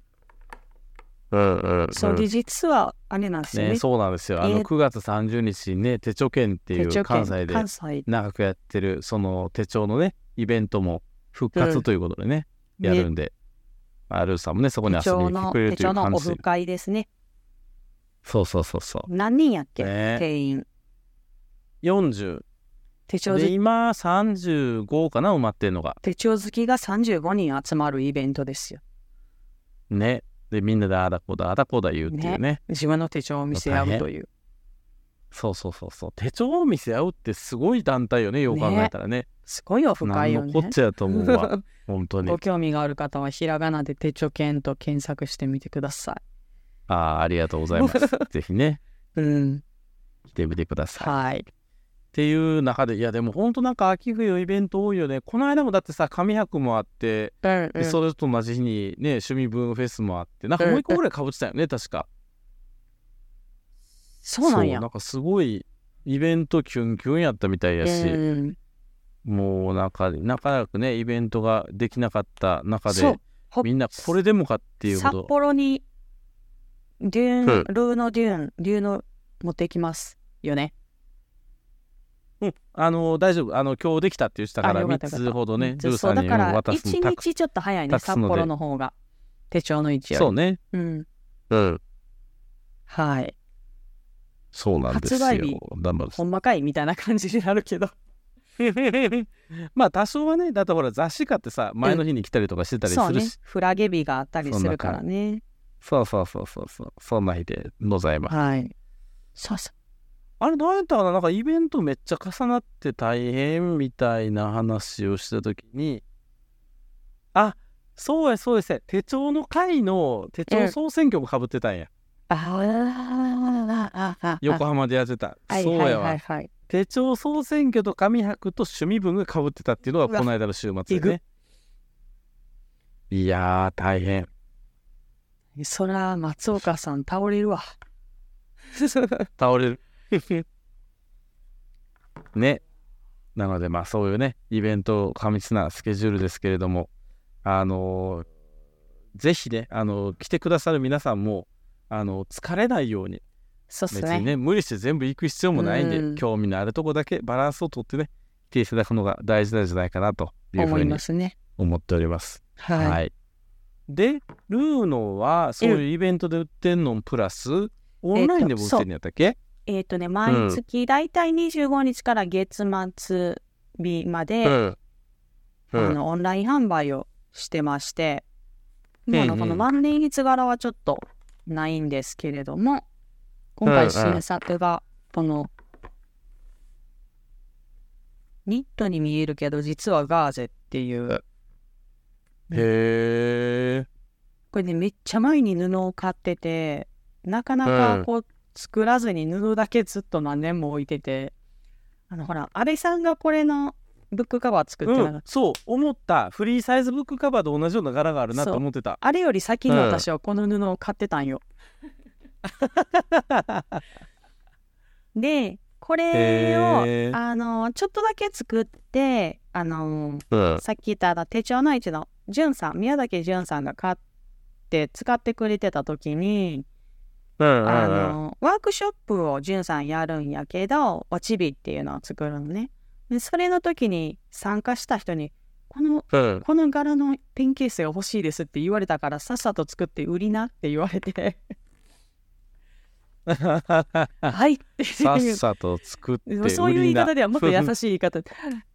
Speaker 4: うんうん。
Speaker 3: そうで実はあれなんですよね
Speaker 2: ね、そうなんですよ。あ
Speaker 3: え
Speaker 2: の、
Speaker 3: ー
Speaker 2: 9月30日にね、手帳券ってい
Speaker 3: 手帳
Speaker 2: う関西で
Speaker 3: 関西
Speaker 2: 長くやってる、その手帳のね、イベントも復
Speaker 3: うん
Speaker 2: 活ということでね、
Speaker 3: ね
Speaker 2: やるんで、まあルーさんもね、そこに
Speaker 3: 手
Speaker 2: 遊び
Speaker 3: 帳
Speaker 2: に来
Speaker 3: の
Speaker 2: てくれ
Speaker 3: 手
Speaker 2: るとい
Speaker 3: 帳
Speaker 2: う
Speaker 3: の
Speaker 2: 感
Speaker 3: オ
Speaker 2: じ
Speaker 3: フ
Speaker 2: で。
Speaker 3: 会ですね
Speaker 2: そうそうそうそう。
Speaker 3: 何人やっけ、
Speaker 2: ね
Speaker 3: 定員
Speaker 2: 40。
Speaker 3: 手帳好
Speaker 2: で、
Speaker 3: き
Speaker 2: 今、35かな、埋まってんのが。
Speaker 3: 手帳好きが35人集まるイベントですよ
Speaker 2: ね。で、みんなでああだこうだ、ああだこうだ言うっていうね
Speaker 3: 自分の手帳を見せ合うという
Speaker 2: そうそうそうそう手帳を見せ合うってすごい団体よねよう考えたらね
Speaker 3: すごいオフ
Speaker 2: 何
Speaker 3: 会よ
Speaker 2: のこっ
Speaker 3: ね
Speaker 2: ちゃやと思う わ本当に
Speaker 3: ご興味がある方はひらがなで手帳券と検索してみてくださ
Speaker 2: ああありがとうござい ますぜひね
Speaker 3: いうん
Speaker 2: 来てみてください、
Speaker 3: はい
Speaker 2: っていう中でいやでも本当なんか秋冬イベント多いよねこの間もだってさ紙博もあって、
Speaker 3: うん
Speaker 2: でそれと同じ日にね趣味ブームフェスもあってなんかもう一個ぐらいかぶってたよね確か
Speaker 3: そうなんや
Speaker 2: なんかすごいイベントキュンキュンやったみたいやし、
Speaker 3: うん
Speaker 2: もうなんか仲良くねイベントができなかった中で
Speaker 3: そうほ
Speaker 2: みんなこれでもかっていうほ
Speaker 3: 札
Speaker 2: ど
Speaker 3: 幌にデュー
Speaker 4: うん
Speaker 3: ンルーのデューン竜の持ってきますよね
Speaker 2: うん、あの大丈夫あの今日できたって言ってたか
Speaker 3: あ
Speaker 2: ら
Speaker 3: よかった
Speaker 2: 3
Speaker 3: よかった
Speaker 2: つほどね
Speaker 3: そ
Speaker 2: ル
Speaker 3: う
Speaker 2: ーさんに
Speaker 3: だから
Speaker 2: 渡す
Speaker 3: 一
Speaker 2: のたく
Speaker 3: 日ちょっと早いね
Speaker 2: 託す
Speaker 3: 札
Speaker 2: ので
Speaker 3: 幌の方が手帳の位置より
Speaker 2: そうね
Speaker 3: うん
Speaker 4: うん。
Speaker 3: はい
Speaker 2: そうなん
Speaker 3: ですよ発売日
Speaker 2: 頑張る
Speaker 3: ほんまかいみたいな感じになるけど
Speaker 2: まあ多少はねだってほら雑誌買ってさ前の日に来たりとかしてたり
Speaker 3: そう
Speaker 2: する
Speaker 3: ね
Speaker 2: し、
Speaker 3: フラゲ日があったりするからね
Speaker 2: そうそうそうそうそうそんな日でございます
Speaker 3: はいそうそ
Speaker 2: あれどうやったかななんかイベントめっちゃ重なって大変みたいな話をした時にあそうやそうやそうや手帳の会の手
Speaker 3: う
Speaker 2: 帳
Speaker 3: ん
Speaker 2: 総選挙もかぶってたんや、
Speaker 3: うあああああ
Speaker 2: 横浜でやってた、
Speaker 3: はい
Speaker 2: そう
Speaker 3: はい
Speaker 2: やわ、
Speaker 3: はいはい
Speaker 2: 手帳総選挙と紙博と趣味文がかぶってたっていうのが
Speaker 3: うわ
Speaker 2: この間の週末でねいやー大変
Speaker 3: そら松岡さん倒れるわ
Speaker 2: 倒れるねなのでまあそういうねイベント過密なスケジュールですけれどもあのーぜひねあのー来てくださる皆さんもあのー疲れないように
Speaker 3: そうっす
Speaker 2: 別
Speaker 3: ね
Speaker 2: にね無理して全部行く必要もないんで、
Speaker 3: うん
Speaker 2: 興味のあるとこだけバランスをとってね来ていただくのが大事なんじゃないかなというふ
Speaker 3: 思
Speaker 2: う
Speaker 3: い
Speaker 2: に
Speaker 3: ますね
Speaker 2: 思っております。
Speaker 3: はい、
Speaker 2: はい。で、ルーノはそういうイベントで売ってんのプラス、オンラインでも売ってんのやったっけ、
Speaker 3: えっ、とね毎月だいたい25日から月末日まで、
Speaker 4: うん。う
Speaker 3: あ
Speaker 4: ん。
Speaker 3: のオンライン販売をしてまして、
Speaker 2: ん
Speaker 3: 今のこの万年筆柄はちょっとないんですけれども、今回新作がこのニットに見えるけど実はガーゼっていう、うん
Speaker 2: へえ。
Speaker 3: これねめっちゃ前に布を買ってて、なかな
Speaker 4: う
Speaker 3: か
Speaker 4: ん
Speaker 3: こう作らずに布だけずっと何年も置いてて、あのほら、安倍さんがこれのブックカバー作って
Speaker 2: う
Speaker 3: なかった
Speaker 2: ん、そう思ったフリーサイズブックカバーと同じような柄があるなと思ってた
Speaker 3: あれより先に私はこの布を買ってた んよ。でこれを
Speaker 2: へー
Speaker 3: あのちょっとだけ作ってあの
Speaker 4: うん。
Speaker 3: さっき言ったあの手帳の市のじゅんさん宮崎じゅんさんが買って使ってくれてた時に、
Speaker 4: うん。
Speaker 3: あのワークショップをじゅんさんやるんやけどおちびっていうのを作るのね。でそれの時に参加した人にこの
Speaker 4: うん。
Speaker 3: この柄のペンケースが欲しいですって言われたからさっさと作って売りなって言われてはいって
Speaker 2: さっ
Speaker 3: いう
Speaker 2: さと作って売りな
Speaker 3: そういう言い方ではもっと優
Speaker 2: い
Speaker 3: しい言い方で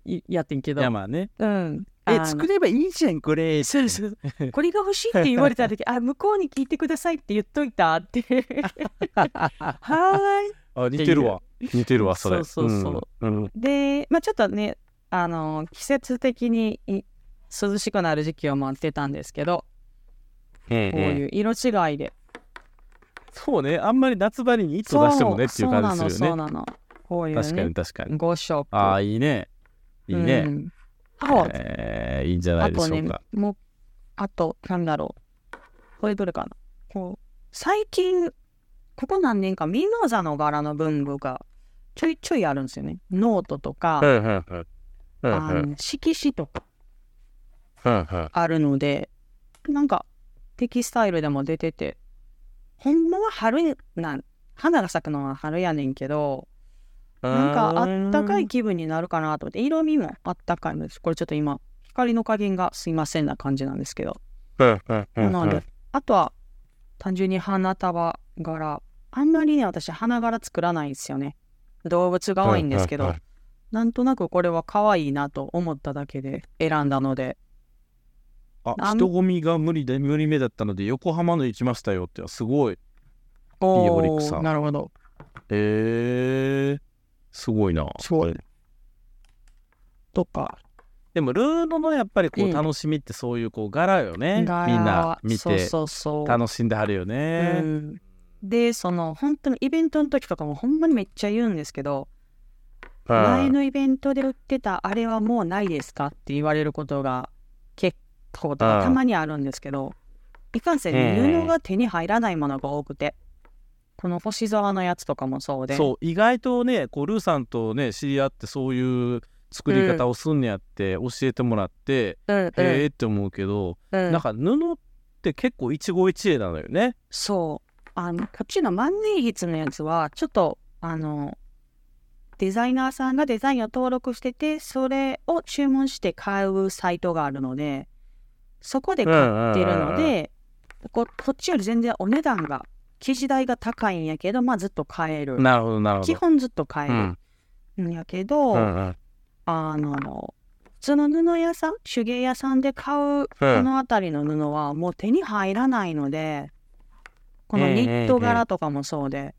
Speaker 3: いやってんけど
Speaker 2: やまあね
Speaker 3: うん
Speaker 2: え
Speaker 3: あの
Speaker 2: 作ればいいじゃんこれ
Speaker 3: そうそう そうこれが欲しいって言われた時あ向こうに聞いてくださいって言っといたって はーい
Speaker 2: あ似てるわ似てるわそれ
Speaker 3: そうそうそう
Speaker 2: うんうん
Speaker 3: で、まあ、ちょっとねあの季節的にい涼しくなる時期を待ってたんですけど
Speaker 4: うん
Speaker 3: こういう色違いで、
Speaker 2: そうね、あんまり夏場に一頭出してもねっていう感じする
Speaker 3: そう
Speaker 2: よね。
Speaker 3: なのそうなのこういう、ね、
Speaker 2: 確かに確かに。
Speaker 3: 5色
Speaker 2: ああ、いいね。いいね。
Speaker 3: うん青
Speaker 2: えーいいんじゃな
Speaker 3: あ
Speaker 2: いでしょ
Speaker 3: と
Speaker 2: う
Speaker 3: ね
Speaker 2: か。、
Speaker 3: もう、あと、なんだろう。これどれかな。こう、最近、ここ何年か、ミノザの柄の文具がちょいちょいあるんですよね。ノートとか、
Speaker 4: うんうんうんうん
Speaker 3: あ
Speaker 4: うん
Speaker 3: の色紙とか
Speaker 4: うんうん
Speaker 3: あるので、なんか、テキスタイルでも出てて、ほんまは春なん、花が咲くのは春やねんけど、なんかあったかい気分になるかなと思って、色味もあったかいんです。これちょっと今、光の加減がすいませんな感じなんですけど。
Speaker 4: うんうんうんうん
Speaker 3: なので、あとは単純に花束柄。あんまりね、私、花柄作らないんですよね。動物が多いんですけ
Speaker 4: うん
Speaker 3: ど
Speaker 4: うんうん、
Speaker 3: なんとなくこれは可愛いなと思っただけで選んだので、
Speaker 2: あ、
Speaker 3: なん
Speaker 2: 人混みが無理で無理目だったので横浜の行きましたよってすごい。
Speaker 3: お
Speaker 2: オリックさん
Speaker 3: ーなるほど。
Speaker 2: えー、すごいな。
Speaker 3: すごい。とか、
Speaker 2: でもルーノのやっぱりこ
Speaker 3: うん
Speaker 2: う楽しみってそういうこう柄よね。みん
Speaker 3: 柄
Speaker 2: な
Speaker 3: は
Speaker 2: 見
Speaker 3: そう
Speaker 2: て
Speaker 3: そうそう。
Speaker 2: 楽しんではるよ
Speaker 3: う
Speaker 2: ね。
Speaker 3: んでその本当にイベントの時とかもほんまにめっちゃ言うんですけど前のイベントで売ってたあれはもうないですかって言われることが結構と
Speaker 4: う
Speaker 3: か
Speaker 4: ん
Speaker 3: たまにあるんですけどいかんせん
Speaker 4: うん
Speaker 3: 布が手に入らないものが多くてこの星沢のやつとかもそうで
Speaker 2: そう意外とねこうルーさんとね知り合ってそういう作り方をすんねやって教えてもらって、
Speaker 3: うん
Speaker 2: へえって思うけど、
Speaker 3: うん
Speaker 2: なんか布って結構一期一会なのよね。
Speaker 3: そうあのこっちの万年筆のやつはちょっとあのデザイナーさんがデザインを登録しててそれを注文して買うサイトがあるのでそこで買ってるの
Speaker 4: うんうん
Speaker 3: でここっちより全然お値段が生地代が高いんやけどまあずっと買える
Speaker 2: なるほどなるほ
Speaker 3: 基
Speaker 2: ど。
Speaker 3: 本ずっと買
Speaker 4: うん
Speaker 3: えるんやけど、
Speaker 4: うんうん
Speaker 3: あの普通の布屋さん手芸屋さんで買うこの辺りの布はもう手に入らないのでこのニット柄とかもそうで、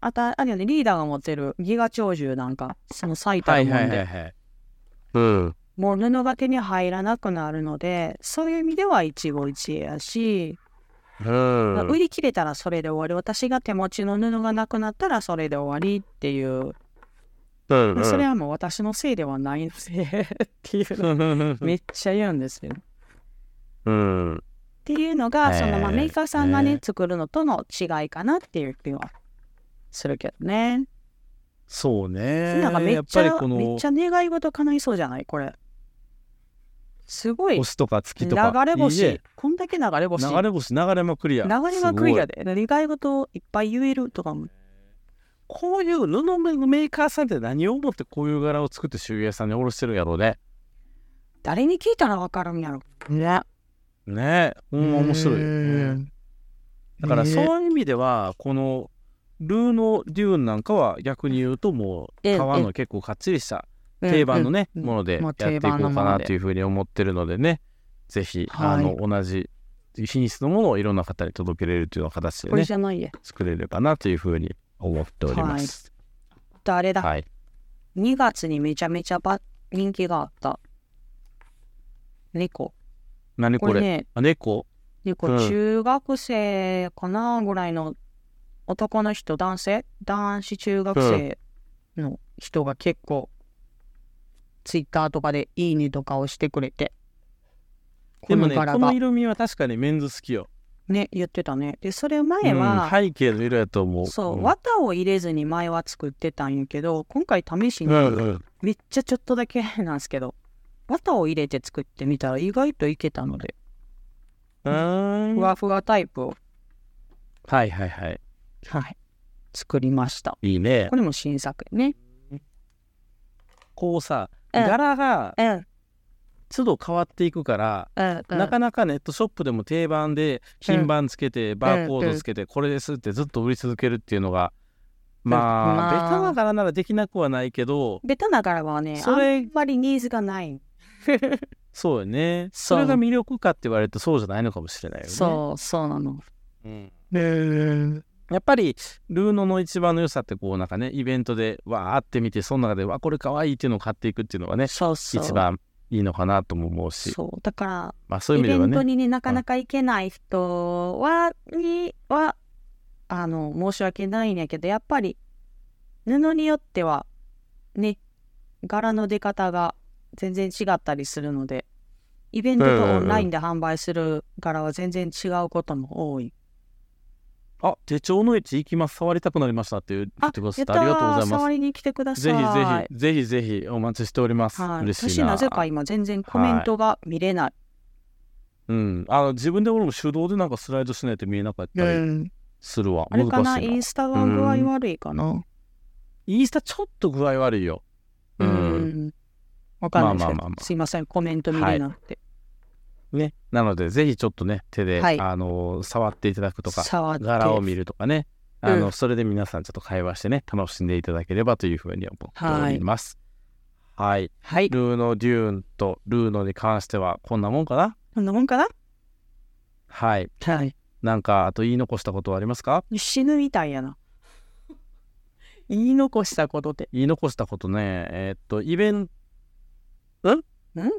Speaker 3: あとあれよねリーダーが持ってるギガ長寿なんかその最た
Speaker 2: は
Speaker 3: る
Speaker 2: い
Speaker 3: もんで、
Speaker 2: はいはいはい。
Speaker 4: うん
Speaker 3: もう布が手に入らなくなるのでそういう意味では一期一会やし、
Speaker 4: うん
Speaker 3: 売り切れたらそれで終わり私が手持ちの布がなくなったらそれで終わりっていう、
Speaker 4: うんうん
Speaker 3: それはもう私のせいではないのでっていうのめっちゃ言うんですよ
Speaker 4: うん
Speaker 3: っていうのが、
Speaker 2: えー
Speaker 3: そのまあメーカーさんがね、
Speaker 2: ね
Speaker 3: 作るのとの違いかなっていう気はするけどね。
Speaker 2: そうね。
Speaker 3: なんかめ
Speaker 2: や
Speaker 3: っ
Speaker 2: っ
Speaker 3: ち
Speaker 2: ぱり
Speaker 3: ゃ
Speaker 2: こ
Speaker 3: め
Speaker 2: の
Speaker 3: っちゃ願い事叶いそうじゃないこれ。すごい
Speaker 2: 星とか月
Speaker 3: 流
Speaker 2: とか。
Speaker 3: れ星
Speaker 2: いいね
Speaker 3: こんだけ流れ星
Speaker 2: 流れ星流れまくりや。
Speaker 3: 流れまくりやで願い事をいっぱい言えるとかも
Speaker 2: こういう布のメーカーさんって何を思ってこういう柄を作って手芸屋さんに卸してるんやろうね。
Speaker 3: 誰に聞いたらわかるんやろね
Speaker 2: ねえ、ほんま面白いよ。
Speaker 3: うん
Speaker 2: だから
Speaker 3: ね
Speaker 2: そういう意味では、このルーノ・デューンなんかは逆に言うともう
Speaker 3: ええ
Speaker 2: 皮の結構かっちりした定番のね、
Speaker 3: うん
Speaker 2: もので
Speaker 3: も
Speaker 2: やっ
Speaker 3: う
Speaker 2: てい
Speaker 3: 定
Speaker 2: こ
Speaker 3: 番
Speaker 2: う
Speaker 3: の
Speaker 2: か
Speaker 3: もの
Speaker 2: な
Speaker 3: で
Speaker 2: というふうに思ってるのでね、ぜひ、
Speaker 3: はい
Speaker 2: あの同じ品質のものをいろんな方に届けれるというような形で
Speaker 3: これ
Speaker 2: ね
Speaker 3: じ、ゃないや
Speaker 2: 作れればなというふうに思っております。
Speaker 3: あとあれだ、
Speaker 2: はい。
Speaker 3: 2月にめちゃめちゃば人気があった猫
Speaker 2: 何
Speaker 3: こ
Speaker 2: こ
Speaker 3: れ
Speaker 2: れ
Speaker 3: ね
Speaker 2: あ猫
Speaker 3: でこ
Speaker 4: う
Speaker 3: うん中学生かなぐらいの男の人男性男子中学生の人が結構ツイッターとかで「いいね」とかをしてくれてこ
Speaker 2: でも
Speaker 3: の
Speaker 2: ね、こ
Speaker 3: 柄が
Speaker 2: の色味は確かにメンズ好きよ。
Speaker 3: ね言ってたねでそれ
Speaker 2: う
Speaker 3: 前
Speaker 2: ん、
Speaker 3: は、
Speaker 2: 背景の色やと思う。
Speaker 3: そう、
Speaker 2: ん
Speaker 3: 綿を入れずに前は作ってたんやけど今回試し
Speaker 4: う
Speaker 3: に
Speaker 4: んうん
Speaker 3: めっちゃちょっとだけなんですけど綿を入れて作ってみたら意外といけたので
Speaker 2: うーん
Speaker 3: ふわふわタイプを、
Speaker 2: はいはいはい。
Speaker 3: はい、作りました
Speaker 2: いいね
Speaker 3: こ。れも新作やね
Speaker 2: こうさ、
Speaker 3: うん
Speaker 2: 柄が
Speaker 3: うん
Speaker 2: 都度変わっていくから、
Speaker 3: うんうん
Speaker 2: なかなかネットショップでも定番で品番つけて、バーコードつけて、これですってずっと売り続けるっていうのが、まあ、
Speaker 3: まあ
Speaker 2: ベタな柄ならできなくはないけど
Speaker 3: ベタな柄はね、あ
Speaker 2: それ
Speaker 3: んまりニーズがない。
Speaker 2: そうよね
Speaker 3: そ
Speaker 2: そうれが魅力かって言われるとそうじゃないのかもしれないよね
Speaker 3: そう、そうなの。
Speaker 2: うん、やっぱりルーノの一番の良さってこうなんかねイベントでわーって見てその中でわこれかわいいっていうのを買っていくっていうのがね
Speaker 3: そうそう
Speaker 2: 一番いいのかなとも思うし
Speaker 3: そうだか
Speaker 2: まあそ
Speaker 3: ら
Speaker 2: うい
Speaker 3: イ
Speaker 2: う意味
Speaker 3: ベ
Speaker 2: では
Speaker 3: ント
Speaker 2: ね
Speaker 3: にねなかなか行けない人はにはあの申し訳ないんやけどやっぱり布によってはね柄の出方が全然違ったりするのでイベントとオンラインで販売する柄は全然違うことも多い。
Speaker 2: あ手帳の位置行きます触りたくなりましたっていう言ってくださってありがとうござい
Speaker 3: やったー
Speaker 2: ま
Speaker 3: 触
Speaker 2: す
Speaker 3: りに来てください。
Speaker 2: ぜひぜひぜひぜひお待ちしております、
Speaker 3: はい、
Speaker 2: 嬉しい
Speaker 3: 私
Speaker 2: な
Speaker 3: なぜか今全然コメントが見れない。
Speaker 2: うんあの自分で俺も手動でなんかスライドしないと見えなかったり
Speaker 3: うん
Speaker 2: するわ、
Speaker 3: あれかな
Speaker 2: 難しい
Speaker 3: イ
Speaker 2: な
Speaker 3: ンスタが具合悪いかな。
Speaker 2: インスタちょっと具合悪いよ
Speaker 3: う
Speaker 2: うん
Speaker 3: ん。わかんないです
Speaker 2: まあまあ
Speaker 3: け
Speaker 2: まあま
Speaker 3: ど、
Speaker 2: あ
Speaker 3: すいません、コメント見れなくて。
Speaker 2: ね、なのでぜひちょっとね手で、
Speaker 3: はい
Speaker 2: あのー触っていただくとか
Speaker 3: 触って。
Speaker 2: 柄を見るとかね
Speaker 3: うん
Speaker 2: あの、それで皆さんちょっと会話してね楽しんでいただければというふうに思っておりますはい、
Speaker 3: はい。
Speaker 2: ルーノ・デューンとルーノに関してはこんなもんかな
Speaker 3: こんなもんかな
Speaker 2: はい
Speaker 3: はい。
Speaker 2: なんかあと言い残したことはありますか
Speaker 3: 死ぬみたいやな。言い残したことで。
Speaker 2: 言い残したことねえーっとイベント
Speaker 3: ん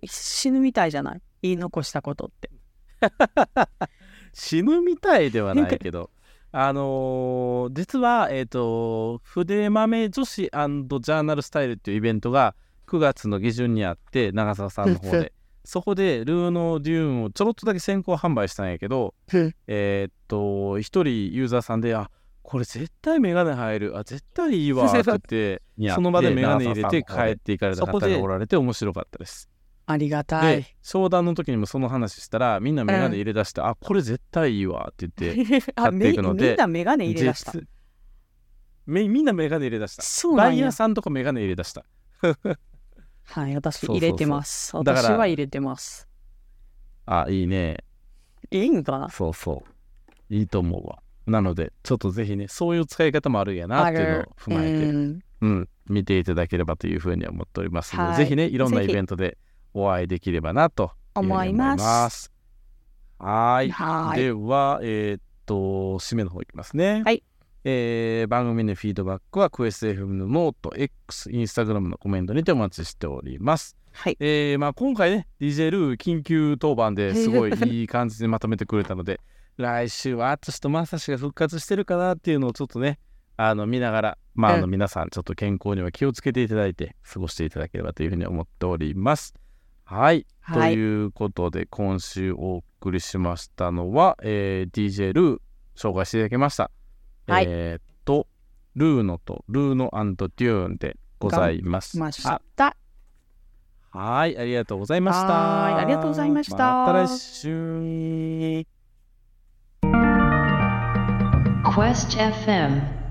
Speaker 3: 死ぬみたいじゃない言い残したことって。
Speaker 2: 死ぬみたいではないけどあのー実はえっ、と筆豆女子ジャーナルスタイルっていうイベントが9月の下旬にあって長澤さんの方
Speaker 3: ふっふ
Speaker 2: でそこでルーノ・デューンをちょろっとだけ先行販売したんやけど
Speaker 3: ふっ
Speaker 2: えっと一人ユーザーさんで「あこれ絶対メガネ入るあ絶対いいわ」って言ってその場でメガネ入れて帰っていかれた方がおられて面白かったです。
Speaker 3: ありがた
Speaker 2: で
Speaker 3: い。
Speaker 2: 商談の時にもその話したらみんなメガネ入れ出して「あこれ絶対いいわ」って言って
Speaker 3: あ、
Speaker 2: 買って
Speaker 3: め
Speaker 2: いくので
Speaker 3: みんなメガネ入れ出した。
Speaker 2: 実めみんなメガネ入れ出した
Speaker 3: そうな
Speaker 2: バ
Speaker 3: ん
Speaker 2: イヤ
Speaker 3: や
Speaker 2: ー。さんとかメガネ入れ出した
Speaker 3: はい、私
Speaker 2: そうそう
Speaker 3: 入
Speaker 2: そう
Speaker 3: れてます。
Speaker 2: だから
Speaker 3: 私は入れてます。
Speaker 2: あいいね
Speaker 3: いいんかな
Speaker 2: そうそういいと思うわなのでちょっとぜひねそういう使い方もあるんやなっていうのを踏まえて、
Speaker 3: うん
Speaker 2: うん、見ていただければというふうに思っておりますので、
Speaker 3: はい
Speaker 2: ぜひねいろんな
Speaker 3: ぜ
Speaker 2: イ
Speaker 3: ひ
Speaker 2: ベントでお会いできればなとうふうに
Speaker 3: 思います。
Speaker 2: すはーい
Speaker 3: はーい。
Speaker 2: では、えーっと、締めの方いきますね。
Speaker 3: はい
Speaker 2: えー番組のフィードバックは、クエス FM のノート、X、インスタグラムのコメントにてお待ちしております。
Speaker 3: はい。
Speaker 2: えーまあ、今回ね、DJ ルー緊急当番ですごいいい感じでまとめてくれたので、 来週は淳と正志が復活してるかなっていうのをちょっとね、あの見ながら、まあ、あの
Speaker 3: う
Speaker 2: 皆さん、ちょっと健康には気をつけていただいて、過ごしていただければというふうに思っております。はい。と
Speaker 3: はい。
Speaker 2: いうことで、今週お送りしましたのは、えー DJ ルー紹介していただきました。
Speaker 3: はい
Speaker 2: えーっと、ルーノとルーノデューンでございました。
Speaker 3: ました。
Speaker 2: はい、ありがとうございました。
Speaker 3: はーいありがとうございました
Speaker 2: また来週。
Speaker 1: Quest FM